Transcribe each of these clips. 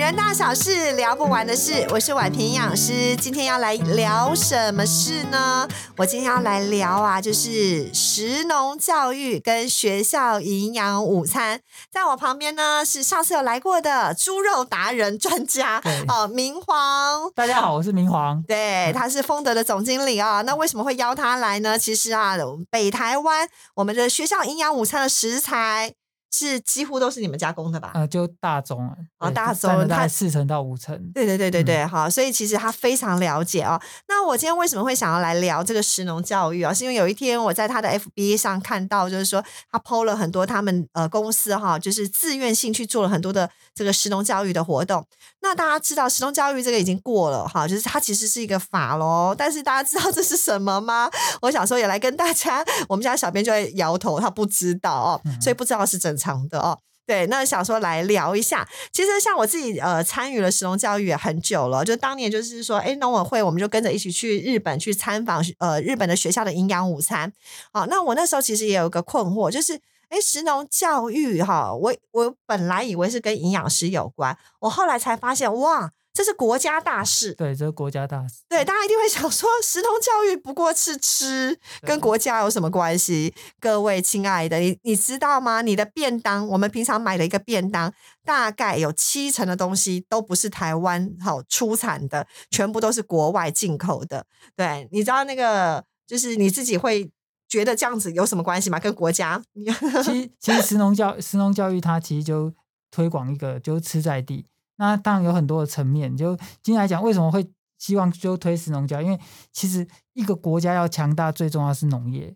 玩大小事，聊不完的事。我是婉平营养师，今天要来聊什么事呢？我今天要来聊啊，就是食农教育跟学校营养午餐。在我旁边呢是上次有来过的猪肉达人专家对哦，明皇。大家好，我是明皇。对，他是丰德的总经理啊、那为什么会邀他来呢？其实啊，北台湾我们的学校营养午餐的食材是几乎都是你们加工的吧？呃，就大中啊，哦对大就占了宗大它概四成到五成。对对对对对，好，所以其实他非常了解哦。那我今天为什么会想要来聊这个食农教育啊？是因为有一天我在他的 FB 上看到，就是说他 PO 了很多他们呃公司哈、就是自愿性去做了很多的这个食农教育的活动。那大家知道食农教育这个已经过了哈、就是它其实是一个法喽。但是大家知道这是什么吗？我想说也来跟大家，我们家小编就会摇头，他不知道哦，所以不知道是正常的哦。对，那想说来聊一下，其实像我自己呃参与了石龙教育也很久了，就当年就是说，哎，农委会我们就跟着一起去日本去参访呃日本的学校的营养午餐。好、那我那时候其实也有个困惑，就是哎，石农教育哈、我我本来以为是跟营养师有关，我后来才发现哇，这是国家大事。对，这是国 家大事。对，大家一定会想说，食农教育不过是吃，跟对国家有什么关系？各位亲爱的，你你知道吗？你的便当，我们平常买的一个便当，大概有七成的东西都不是台湾好、出产的，全部都是国外进口的。对，你知道那个就是你自己会觉得这样子有什么关系吗？跟国家？ 其实，其实食农教食农教育它其实就推广一个就是吃在地。那当然有很多的层面。就今天来讲，为什么会希望就推食农教育？因为其实一个国家要强大，最重要是农业。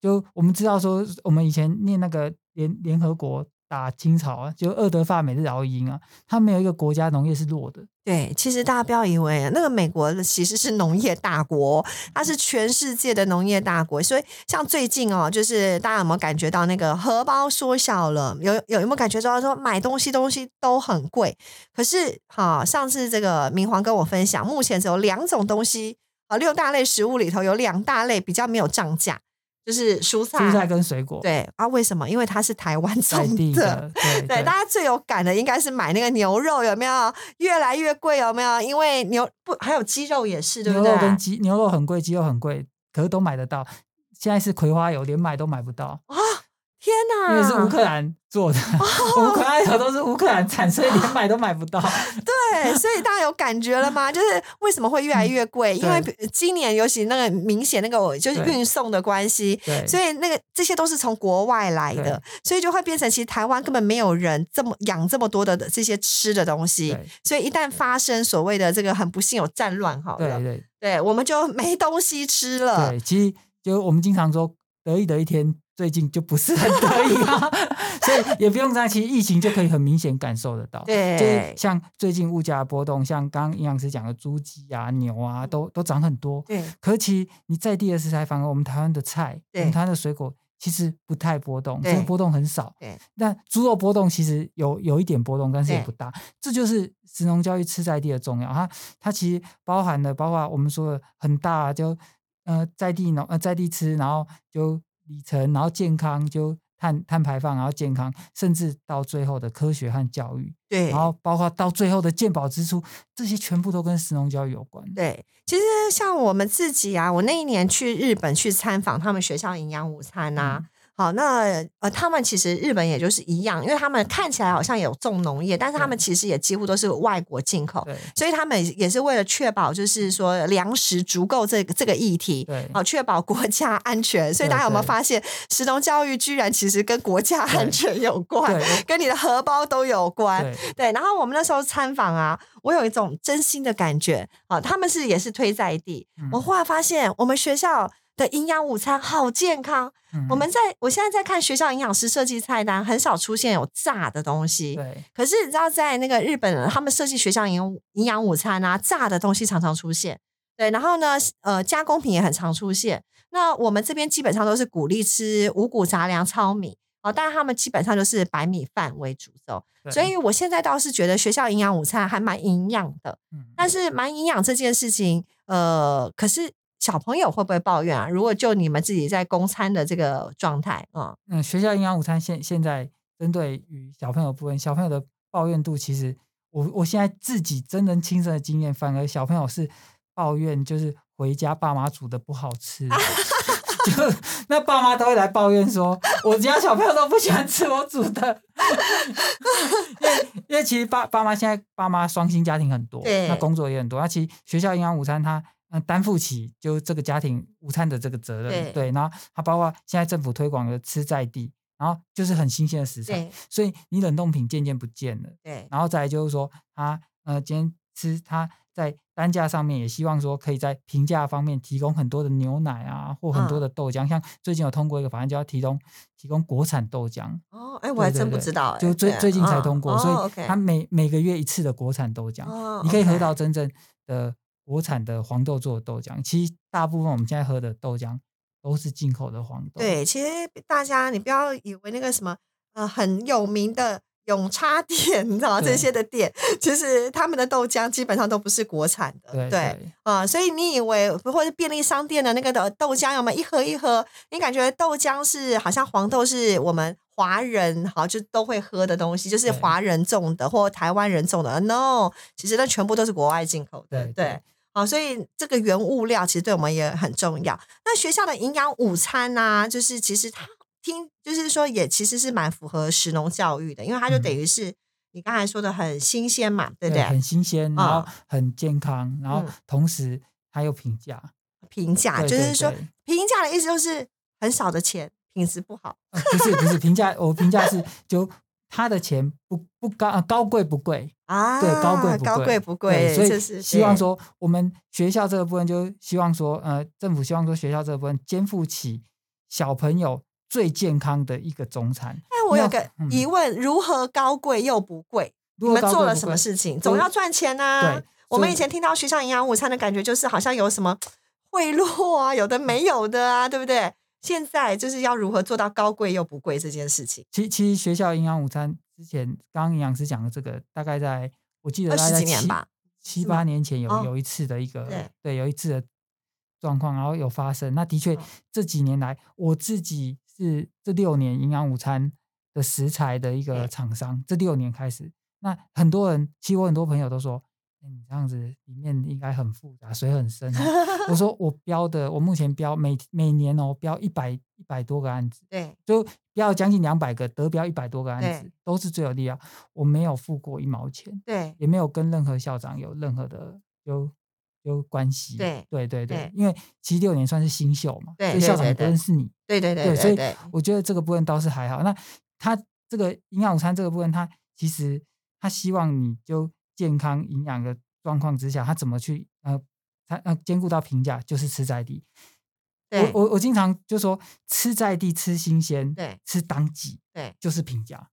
就我们知道说，我们以前念那个联联合国打清朝啊，就厄德法美日劳役营啊，它没有一个国家农业是弱的。对，其实大家不要以为那个美国其实是农业大国，它嗯是全世界的农业大国。所以像最近哦，就是大家有没有感觉到那个荷包缩小了？有有有没有感觉到说买东西东西都很贵？可是哈、上次这个明皇跟我分享，目前只有两种东西啊，呃六大类食物里头有两大类比较没有涨价，就是蔬菜。蔬菜跟水果，对啊，为什么？因为它是台湾在种地的。的，哎对 对，大家最有感的应该是买那个牛肉，有没有越来越贵？有没有？因为牛不还有鸡肉也是，对不牛对肉？跟鸡牛肉很贵，鸡肉很贵，可是都买得到。现在是葵花油，连买都买不到，啊天因哪！为是乌克兰做的，我哦们葵花油都是乌克兰产，所以连买都买不 到。对， 所以大家有感觉了吗？就是为什么会越嗯来越贵？因为今年尤其那个明显那个就是对运送的关系，对，所以那个这些都是从国外来的，所以就会变成其实台湾根本没有人这么养这么多的这些吃的东西，对所以一旦发生所谓的这个很不幸有战乱好对了，对对，我们就没东西吃了。对，其实就我们经常说得意的一天，最近就不是很得意 啊，所以也不用这样，其实疫情就可以很明显感受得到。就是对，像最近物价的波动，像刚刚营养师讲的猪、鸡啊、牛嗯啊，都都涨很多。对，可其实你在地的食材，反而我们台湾的菜，我对们台湾的水果其实不太波动，对这个波动很少对。那猪肉波动其实有有一点波动，但是也对不大。这就是食农教育吃在地的重要。它它其实包含了，包括我们说的很大，就呃在地农呃在地吃，然后就里程，然后健康就。碳碳排放，然后健康，甚至到最后的科学和教育，对，然后包括到最后的健保支出，这些全部都跟食农教育有关。对，其实像我们自己啊，我那一年去日本去参访他们学校营养午餐呐、嗯啊。好，那呃，他们其实日本也就是一样，因为他们看起来好像有种农业，但是他们其实也几乎都是外国进口，对所以他们也是为了确保就是说粮食足够这个这个议题，对，好确保国家安全。所以大家有没有对对发现，食农教育居然其实跟国家安全有关，对跟你的荷包都有关。对对，然后我们那时候参访啊，我有一种真心的感觉啊，他们是也是推在地。嗯我忽然发现，我们学校的营养午餐好健康。嗯我们在我现在在看学校营养师设计菜单，很少出现有炸的东西。对可是你知道，在那个日本，他们设计学校营养营养午餐啊，炸的东西常常出现。对，然后呢，呃，加工品也很常出现。那我们这边基本上都是鼓励吃五谷杂粮、糙米哦，但他们基本上就是白米饭为主轴。对所以我现在倒是觉得学校营养午餐还蛮营养的，嗯但是蛮营养这件事情，呃，可是小朋友会不会抱怨啊？如果就你们自己在公餐的这个状态啊、嗯，学校营养午餐现现在针对于小朋友部分，小朋友的抱怨度其实我我现在自己真人亲身的经验，反而小朋友是抱怨，就是回家爸妈煮的不好 吃，就那爸妈都会来抱怨说，我家小朋友都不喜欢吃我煮的， 因为因为其实爸爸妈现在爸妈双薪家庭很多，对那工作也很多，那其实学校营养午餐它。嗯，担负起就这个家庭午餐的这个责任，对对，然后它包括现在政府推广的吃在地，然后就是很新鲜的食材，对所以你冷冻品渐渐不见了，对然后再来就是说，他呃，今天吃他在单价上面也希望说可以在平价方面提供很多的牛奶啊，或很多嗯的豆浆。像最近有通过一个法案，就要提供提供国产豆浆，哦，哎，我还对对真不对知道哎，就最对最近才嗯通过，哦所以 OK 他每每个月一次的国产豆浆，哦你可以喝 OK 到真正的国产的黄豆做的豆浆。其实大部分我们现在喝的豆浆都是进口的黄豆，对，其实大家你不要以为那个什么呃很有名的永差店， 你知道吗这对些的店，其实他们的豆浆基本上都不是国产的，对对啊、所以你以为或者便利商店的那个的豆浆有没有一盒一盒？你感觉豆浆是好像黄豆是我们华人好就都会喝的东西，就是对华人种的或台湾人种的。呃 No，其实那全部都是国外进口的，对对对。好、所以这个原物料其实对我们也很重要。那学校的营养午餐呢、就是其实它听就是说也其实是蛮符合食农教育的，因为它就嗯等于是你刚才说的很新鲜嘛，对不对？很新鲜，然啊后很健康，然后嗯同时它又平价。评价，对就对是说对评价的意思就是很少的钱，品质不好。呃不是不是评价，我评 价是就他的钱不不高、呃高贵不贵，啊，对高贵不贵，高贵不贵，对所这以是希望对说我们学校这个部分就希望说呃政府希望说学校这个部分肩负起小朋友最健康的一个中餐。但我有那个嗯疑问：如何高贵又不贵？如你果们高做贵了不什么贵事啊情？就总要赚钱呐对。我们所以以前听到学校营养午餐的感觉，就是好像有什么贿赂啊，嗯有的没有的啊，对不对？现在就是要如何做到高贵又不贵这件事情。其其实学校营养午餐之前，刚刚营养师讲的这个，大概在我记得20大概在几年七吧，七是吗八年前有、哦有一次的一个对有一次的状况，然后有发生。那的确哦这几年来，我自己是这六年营养午餐的食材的一对个厂商，这六年开始，那很多人，其实我很多朋友都说。哎你这样子里面应该很复杂，水很深、哦。我说我标的，我目前标每每年哦标一百一百多个案子，对，就要将近两百个，得标一百多个案对子，都是最有力啊。我没有付过一毛钱，对，也没有跟任何校长有任何的有有关系。对对对对对，因为七六年算是新秀嘛，对所以对校长对也不对认识你。对对对对，所对以对，我觉得这个部分倒是还好。那他这个营养午餐这个部分，他其实他希望你就健康营养的状况之下，他怎么去呃，他呃兼顾到评价，就是吃在地。对我我我经常就说吃在地吃新鲜，对，吃当季，对，就是平价。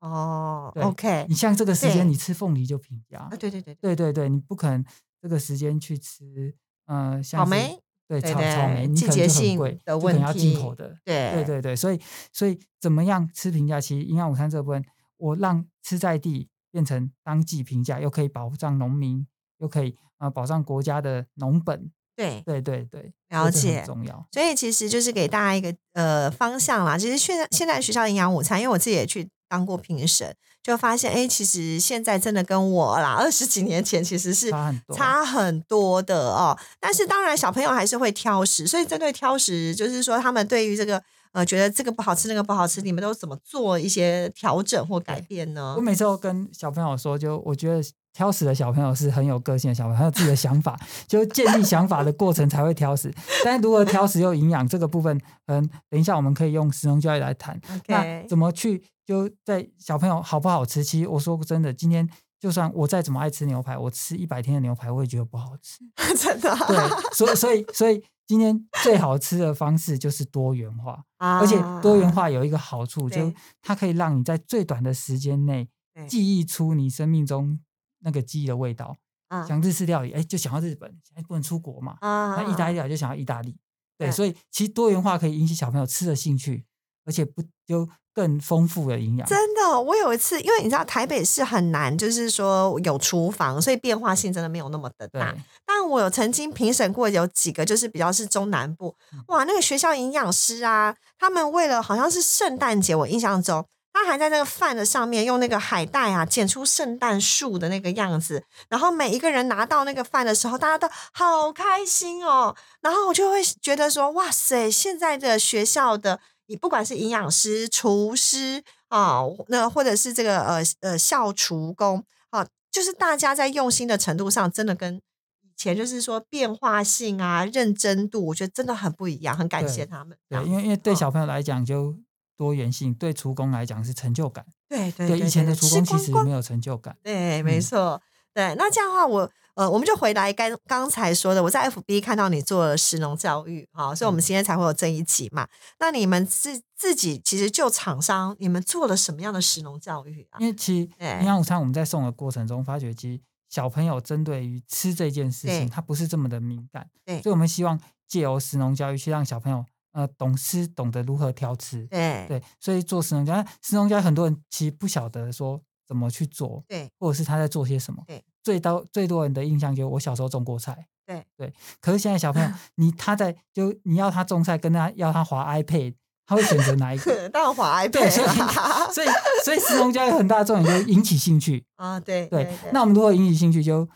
哦对，OK，你像这个时对间，你吃凤梨就平价啊，，对对对对，对对对，你不可能这个时间去吃，呃，像草是莓，对对草草对莓，你季可节能就性很贵，的就可问能要进口题的。对对对对，所以所以怎么样吃平价？其实营养午餐这部分，我让吃在地变成当季平价，又可以保障农民，又可以呃保障国家的农本。对对对对，了所以这解很重要。所以其实就是给大家一个呃方向啦。其实现在现在学校营养午餐，因为我自己也去当过评审，就发现哎，诶其实现在真的跟我啦二十几年前其实是差很多差很多的哦。但是当然小朋友还是会挑食，所以针对挑食，就是说他们对于这个呃觉得这个不好吃那个不好吃，你们都怎么做一些调整或改变呢我？每次都跟小朋友说，就我觉得挑食的小朋友是很有个性的小朋友，很有自己的想法， 就建立想法的过程才会挑食。但是如何挑食又营养这个部分，嗯，等一下我们可以用食农教育来谈。那 OK 怎么去就在小朋友好不好吃？其实我说真的，今天就算我再怎么爱吃牛排，我吃一百天的牛排，我也觉得不好吃。 真的啊，对，所以所以所以今天最好吃的方式就是多元化。而啊且多元化有一个好处，就对它可以让你在最短的时间内对记忆出你生命中那个记忆的味道。啊想日式料理，哎，就想要日本，现在不能出国嘛。啊那意大利料理就想要意大利。对，对所以其实多元化可以引起小朋友吃的兴趣，而且不就更丰富的营养。真的，我有一次，因为你知道台北市很难，就是说有厨房，所以变化性真的没有那么的对大。但我有曾经评审过有几个，就是比较是中南部，哇，那个学校营养师啊，他们为了好像是圣诞节，我印象中。他他还在那个饭的上面用那个海带啊剪出圣诞树的那个样子，然后每一个人拿到那个饭的时候，大家都好开心哦。然后我就会觉得说，哇塞，现在的学校的你不管是营养师、厨师啊，那或者是这个呃呃校厨工啊，就是大家在用心的程度上，真的跟以前就是说变化性啊、认真度，我觉得真的很不一样，很感谢对他们。对，因为因为对嗯小朋友来讲就多元性，对厨工来讲是成就感。对对对以前的厨吃工其光实光没有成就感。对，没嗯错。对，那这样的话我，呃，我们就回来刚刚才说的，我在 FB 看到你做了食农教育啊、所以我嗯们今天才会有这一集嘛。那你们自自己其实就厂商，你们做了什么样的食农教育啊？因为其实对营养午餐我们在送的过程中，发觉其实小朋友针对于吃这件事对情，他不是这么的敏感。对所以我们希望借由食农教育去让小朋友呃懂吃，懂得如何挑吃。对对，所以做食农教育，食农教育很多人其实不晓得说怎么去做，对或者是他在做些什么。对，最多最多人的印象就是我小时候种过菜。对对，可是现在小 朋友，你他在就你要他种菜，跟他要他滑 iPad，他会选择哪 一个？对，当然滑 对，所 iPad 以啦。 所以所以食农教育很大的重点就是引起兴趣。 啊，对对，对那我们如何引起兴趣，就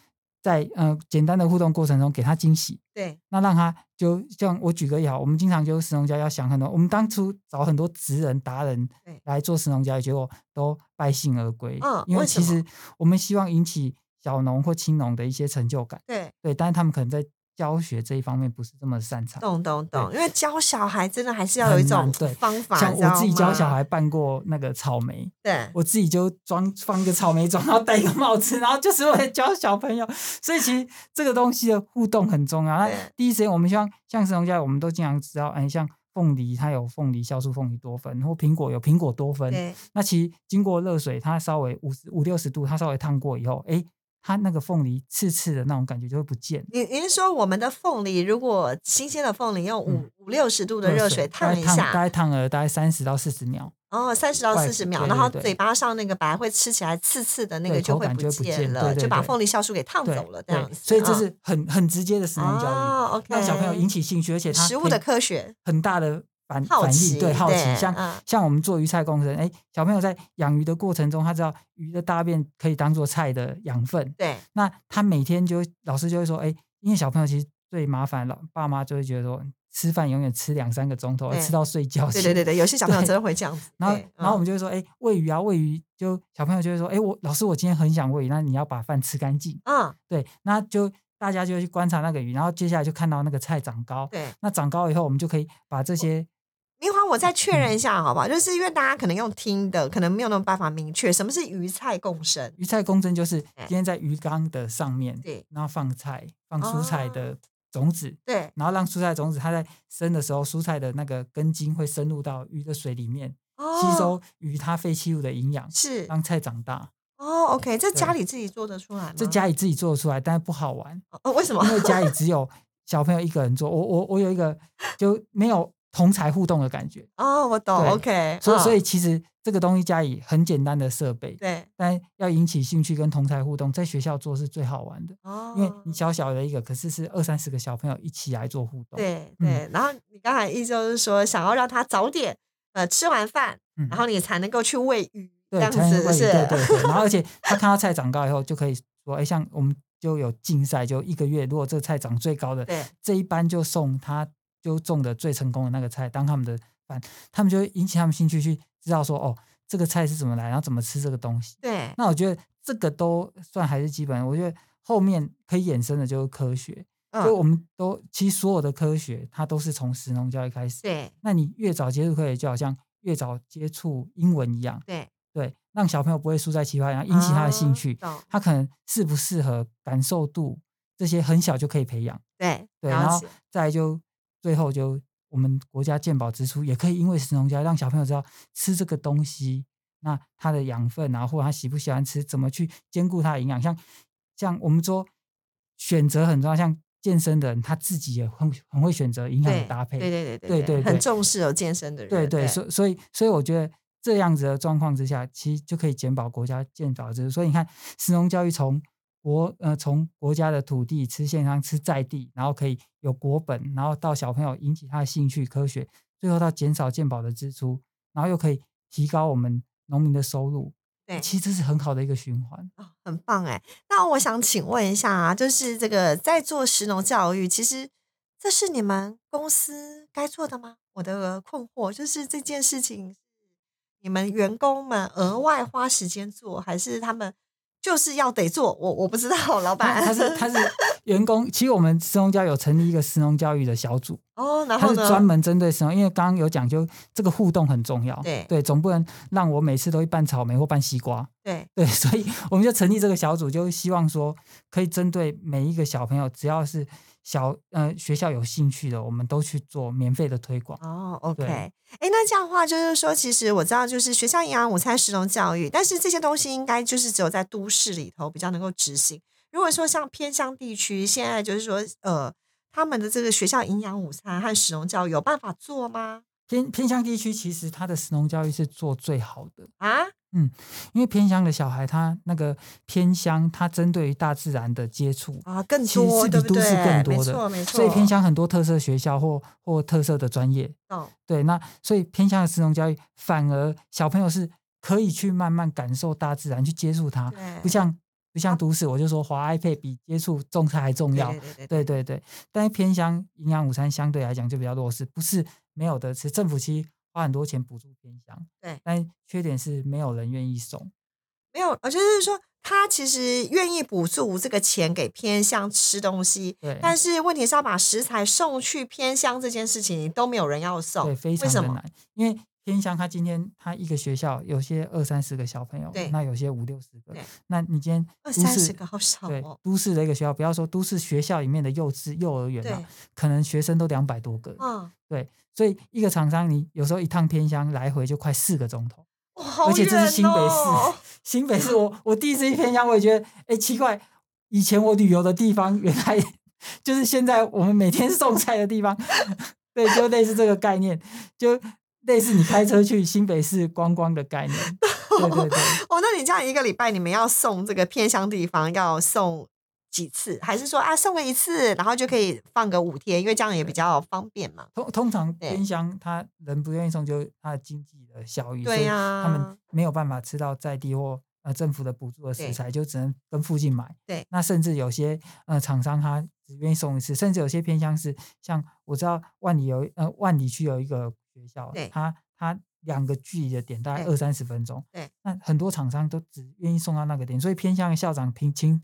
在呃简单的互动过程中给他惊喜，对那让他就像我举个也好，我们经常就食农教育要想很多，我们当初找很多职人达人对来做食农教育，结果都败兴而归。嗯因为为什其实我们希望引起小农或青农的一些成就感，对，对，但是他们可能在教学这一方面不是这么擅长。懂懂懂，因为教小孩真的还是要很有一种难对方法，像你知道我自己教小吗，孩办过那个草莓，对我自己就装放一个草莓装，然后戴一个帽子，然后就是为了教小朋友。所以其实这个东西的互动很重要。那对第一时间，我们希望像神农教育，我们都经常知道，哎，像凤梨它有凤梨酵素凤梨多酚，或苹果有苹果多酚。对那其实经过热水，它稍微五十五六十度，它稍微烫过以后，哎，它那个凤梨刺刺的那种感觉就会不见。您您是说我们的凤梨，如果新鲜的凤梨用五嗯五六十度的热水大烫概一烫下大，概烫了大概三十到四十秒，然后哦三十到外四十皮秒，对然后对对嘴巴上那个本来会吃起来刺刺的那个对就口会感就会不见见了，对对就把对凤梨酵素给烫对走了，这样对，子。所以这嗯是很很直接的食农教育，哦，OK，让小朋友引起兴趣，而且他食物可以的科学，很大的反好反奇应，对好奇对，像、嗯像我们做鱼菜共生，哎，小朋友在养鱼的过程中，他知道鱼的大便可以当做菜的养分，对那他每天就老师就会说，哎，因为小朋友其实最麻烦了，爸妈就会觉得说吃饭永远吃两三个钟头，对吃到睡觉去，对对对对，有些小朋友对真的会这样子。然后对，然后我嗯们就会说，哎，喂鱼啊，喂鱼，就小朋友就会说，哎，我老师，我今天很想喂鱼，那你要把饭吃干净。嗯，对，那就大家就去观察那个鱼，然后接下来就看到那个菜长高。对，那长高以后，我们就可以把这些哦明华，我再确认一下，好不好？就是因为大家可能用听的，可能没有那种办法明确什么是鱼菜共生。鱼菜公针，就是哎今天在鱼缸的上面，对哦然后放菜，放蔬菜的种子，对，然后让蔬菜种子它在生的时候，蔬菜的那个根茎会深入到鱼的水里面，哦吸收鱼它废弃物的营养，是让菜长大。哦，OK，这对家里自己做得出来吗？这家里自己做得出来，但是不好玩，哦，为什 么因？为 家里只有小朋友一个人做。我我我有一个就没有同才互动的感觉，哦，我懂对，OK，所以嗯所以其实这个东西家里很简单的设备，对但要引起兴趣跟同才互动，在学校做是最好玩的。哦，因为你小小的一个，可是是二三十个小朋友一起来做互动。，对嗯对，然后你刚才意思就是说，想要让他早点呃吃完饭，嗯然后你才能够去喂鱼，这对，样才能子喂鱼是对对对。然后而且他看到菜长高以后，就可以说，哎，像我们就有竞赛，就一个月，如果这菜长最高的，对这一班就送他就种的最成功的那个菜当他们的饭，他们就会引起他们兴趣去知道说，哦，这个菜是怎么来，然后怎么吃这个东西。对那我觉得这个都算还是基本，我觉得后面可以衍生的就是科学，嗯就我们都其实所有的科学它都是从食农教育开始。对那你越早接触科学，就好像越早接触英文一样，对，对，让小朋友不会输在起跑点，然后引起他的兴趣，啊懂他可能适不适合、感受度这些很小就可以培养，对对，了然后解再来就最后就我们国家健保支出也可以因为食农教育让小朋友知道吃这个东西，那它的养分啊，或者他喜不喜欢吃，怎么去兼顾它的营养，像像我们说选择很重要，像健身的人他自己也很很会选择营养的对搭配，对对对对对，对很对重视有健身的人，对对，所以所以所以我觉得这样子的状况之下，其实就可以减保国家健保支出。所以你看，石农教育从国呃从国家的土地吃线上吃在地，然后可以有国本，然后到小朋友引起他的兴趣科学，最后到减少健保的支出，然后又可以提高我们农民的收入。对其实这是很好的一个循 环。哦很棒哎。那我想请问一下啊，就是这个在做食农教育，其实这是你们公司该做的吗？我的困惑就是这件事情，你们员工们额外花时间做，还是他们就是要得做？我我不知道，老他板。他是他是员工，其实我们师农教有成立一个师农教育的小组，哦，然它后是呢？专门针对师农，因为刚刚有讲究这个互动很重要，对总不能让我每次都去拌草莓或拌西瓜， 对对，所以我们就成立这个小组，就希望说可以针对每一个小朋友，只要是小呃学校有兴趣的，我们都去做免费的推广。哦，OK，对哎，诶那这样的话就是说，其实我知道，就是学校营养午餐、食农教育，但是这些东西应该就是只有在都市里头比较能够执行。如果说像偏乡地区，现在就是说，呃，他们的这个学校营养午餐和食农教育有办法做吗？偏偏乡地区其实它的食农教育是做最好的，啊，因为偏乡的小孩他那个偏乡，他针对于大自然的接触啊，更其实多，是对比不都对？市更多没的错，没错。所以偏乡很多特色学校或或特色的专业，懂，对，那所以偏向的食农教育，反而小朋友是可以去慢慢感受大自然，去接触它，对，不像不像都市，我就说滑 iPad 比接触种菜还重对要对。对对对对对对，但是偏乡营养午餐相对来讲就比较弱势，不是没有的吃，政府其实花很多钱补助偏乡，对但缺点是没有人愿意送。没有，呃，就是说他其实愿意补助这个钱给偏乡吃东西，对，但是问题是要把食材送去偏乡这件事情都没有人要送，对，非哦常为什的么？难，因为偏乡他今天他一个学校有些二三十个小朋友对，那有些五六十个对，那你今天二都三市十个好少对哦，。都市的一个学校，不要说都市学校里面的幼稚幼儿园对啊，，可能学生都两百多个，嗯，对，所以一个厂商你有时候一趟偏乡来回就快四个钟头，哇，好而且这远是新北市，哦新北市我我第一次去偏乡，我也觉得哎奇怪，以前我旅游的地方原来就是现在我们每天送菜的地方， 对，就类似这个概念，就类似你开车去新北市观光的概念，对对对。哦，那你这样一个礼拜你们要送这个偏乡地方要送几次？还是说啊送个一次，然后就可以放个五天，因为这样也比较方便嘛？通通常对偏乡，他人不愿意送，就是他的经济的效益，对所以呀他们没有办法吃到在地或呃政府的补助的对食材，就只能跟附近买。对，那甚至有些呃厂商他只愿意送一次，甚至有些偏乡是像我知道万里有呃万里区有一个学校对，他他两个距离的点大概对二三十分钟，对，那很多厂商都只愿意送到那个点，所以偏向校长平经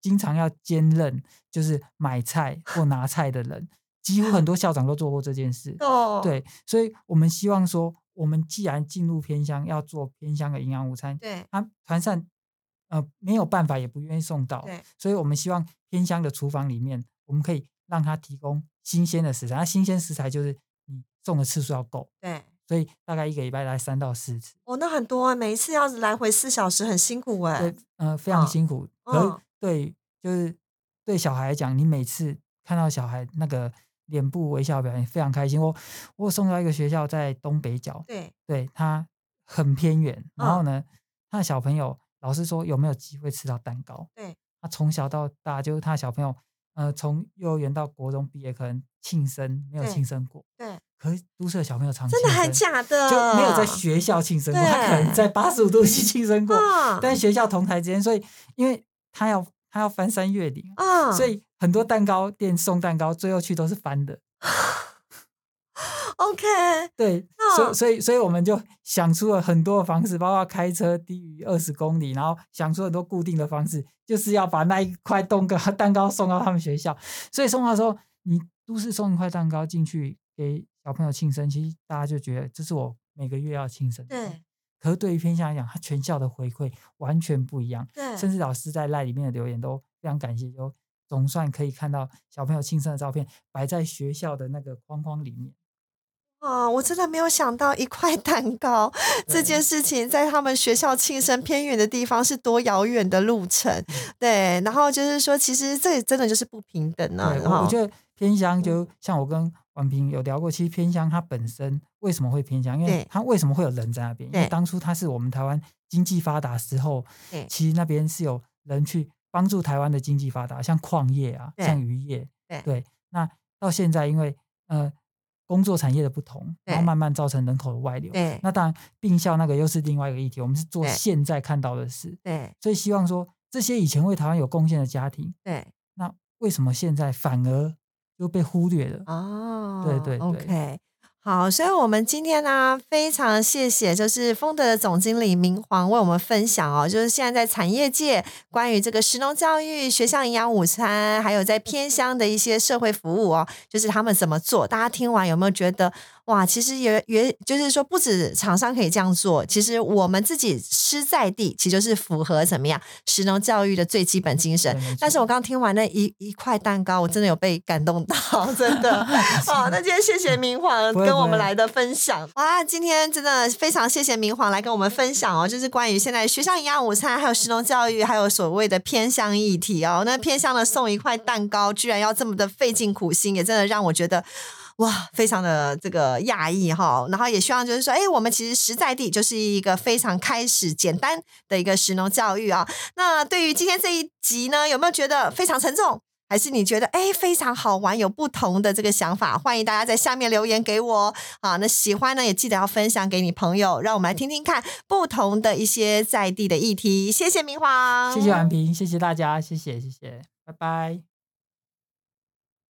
经常要兼任，就是买菜或拿菜的人，几乎 很多校长都做过这件事。哦，，对，所以我们希望说，我们既然进入偏乡，要做偏乡的营养午餐，对他团膳呃没有办法，也不愿意送到，对，所以我们希望偏乡的厨房里面，我们可以让他提供新鲜的食材，那新鲜食材就是你送的次数要够，对。所以大概一个礼拜来三到四次。哦，那很多、啊，每一次要来回四小时，很辛苦哎、对，呃，嗯非常辛苦。嗯可是对，就是对小孩来讲，你每次看到小孩那个脸部微笑的表情，非常开心。我我送到一个学校在东北角，对，对他很偏远，然后嗯呢，他的小朋友，老师说有没有机会吃到蛋糕？对，他从小到大就是他的小朋友，呃，从幼儿园到国中毕业，可能庆生没有对庆生过。对，可是都市的小朋友常真的庆还生假的？就没有在学校庆生过，他可对能在八十五度 C 庆生过，啊但学校同台之间，所以因为他要他要翻山越岭，啊，所以很多蛋糕店送蛋糕，最后去都是翻的。 OK，对，所哦以所以所以我们就想出了很多的方式，包括开车低于二十公里，然后想出很多固定的方式，就是要把那一块蛋糕蛋糕送到他们学校。所以送到的时候，你都市送一块蛋糕进去给小朋友庆生，其实大家就觉得这是我每个月要庆生的。对可是对于偏向来讲，他全校的回馈完全不一样，对，甚至老师在赖里面的留言都非常感谢，就总算可以看到小朋友庆生的照片摆在学校的那个框框里面。啊，我真的没有想到一块蛋糕这对件事情，在他们学校庆生偏远的地方是多遥远的路程。嗯对，然后就是说，其实这也真的就是不平等啊。对，哦然我我后嗯觉得偏乡就像我跟婉平有聊过，其实偏乡它本身为什么会偏乡？因对为它为什么会有人在那边？因对为当初它是我们台湾经济发达时候对，其实那边是有人去帮助台湾的经济发达，像矿业啊，对像渔业对，对。那到现在，因为呃工作产业的不同，对然后慢慢造成人口的外流。对那当然，病校那个又是另外一个议题，我们是做对现在看到的事，对所以希望说这些以前为台湾有贡献的家庭，对，那为什么现在反而又被忽略了？哦，对对对，OK。好，所以我们今天呢、非常谢谢就是丰德的总经理明皇为我们分享哦，就是现在在产业界关于这个食农教育、学校营养午餐，还有在偏乡的一些社会服务哦，就是他们怎么做。大家听完有没有觉得哇，其实也也就是说，不止厂商可以这样做，其实我们自己吃在地，其实就是符合怎么样食农教育的最基本精神对没错。但是我刚听完那一一块蛋糕，我真的有被感动到， 真 的。好，那今天谢谢明皇不会跟我不们会来的分享，哇，今天真的非常谢谢明皇来跟我们分享哦，就是关于现在学校营养午餐，还有食农教育，还有所谓的偏乡议题哦。那偏乡的送一块蛋糕，居然要这么的费尽苦心，也真的让我觉得。哇，非常的这个讶异哈，然后也希望就是说，哎，我们其实实在地就是一个非常开始简单的一个食农教育啊。那对于今天这一集呢，有没有觉得非常沉重？还是你觉得哎非常好玩，有不同的这个想法，欢迎大家在下面留言给我哦。好，那喜欢呢也记得要分享给你朋友，让我们来听听看不同的一些在地的议题。谢谢明皇，谢谢婉平，谢谢大家，谢谢谢谢，拜拜。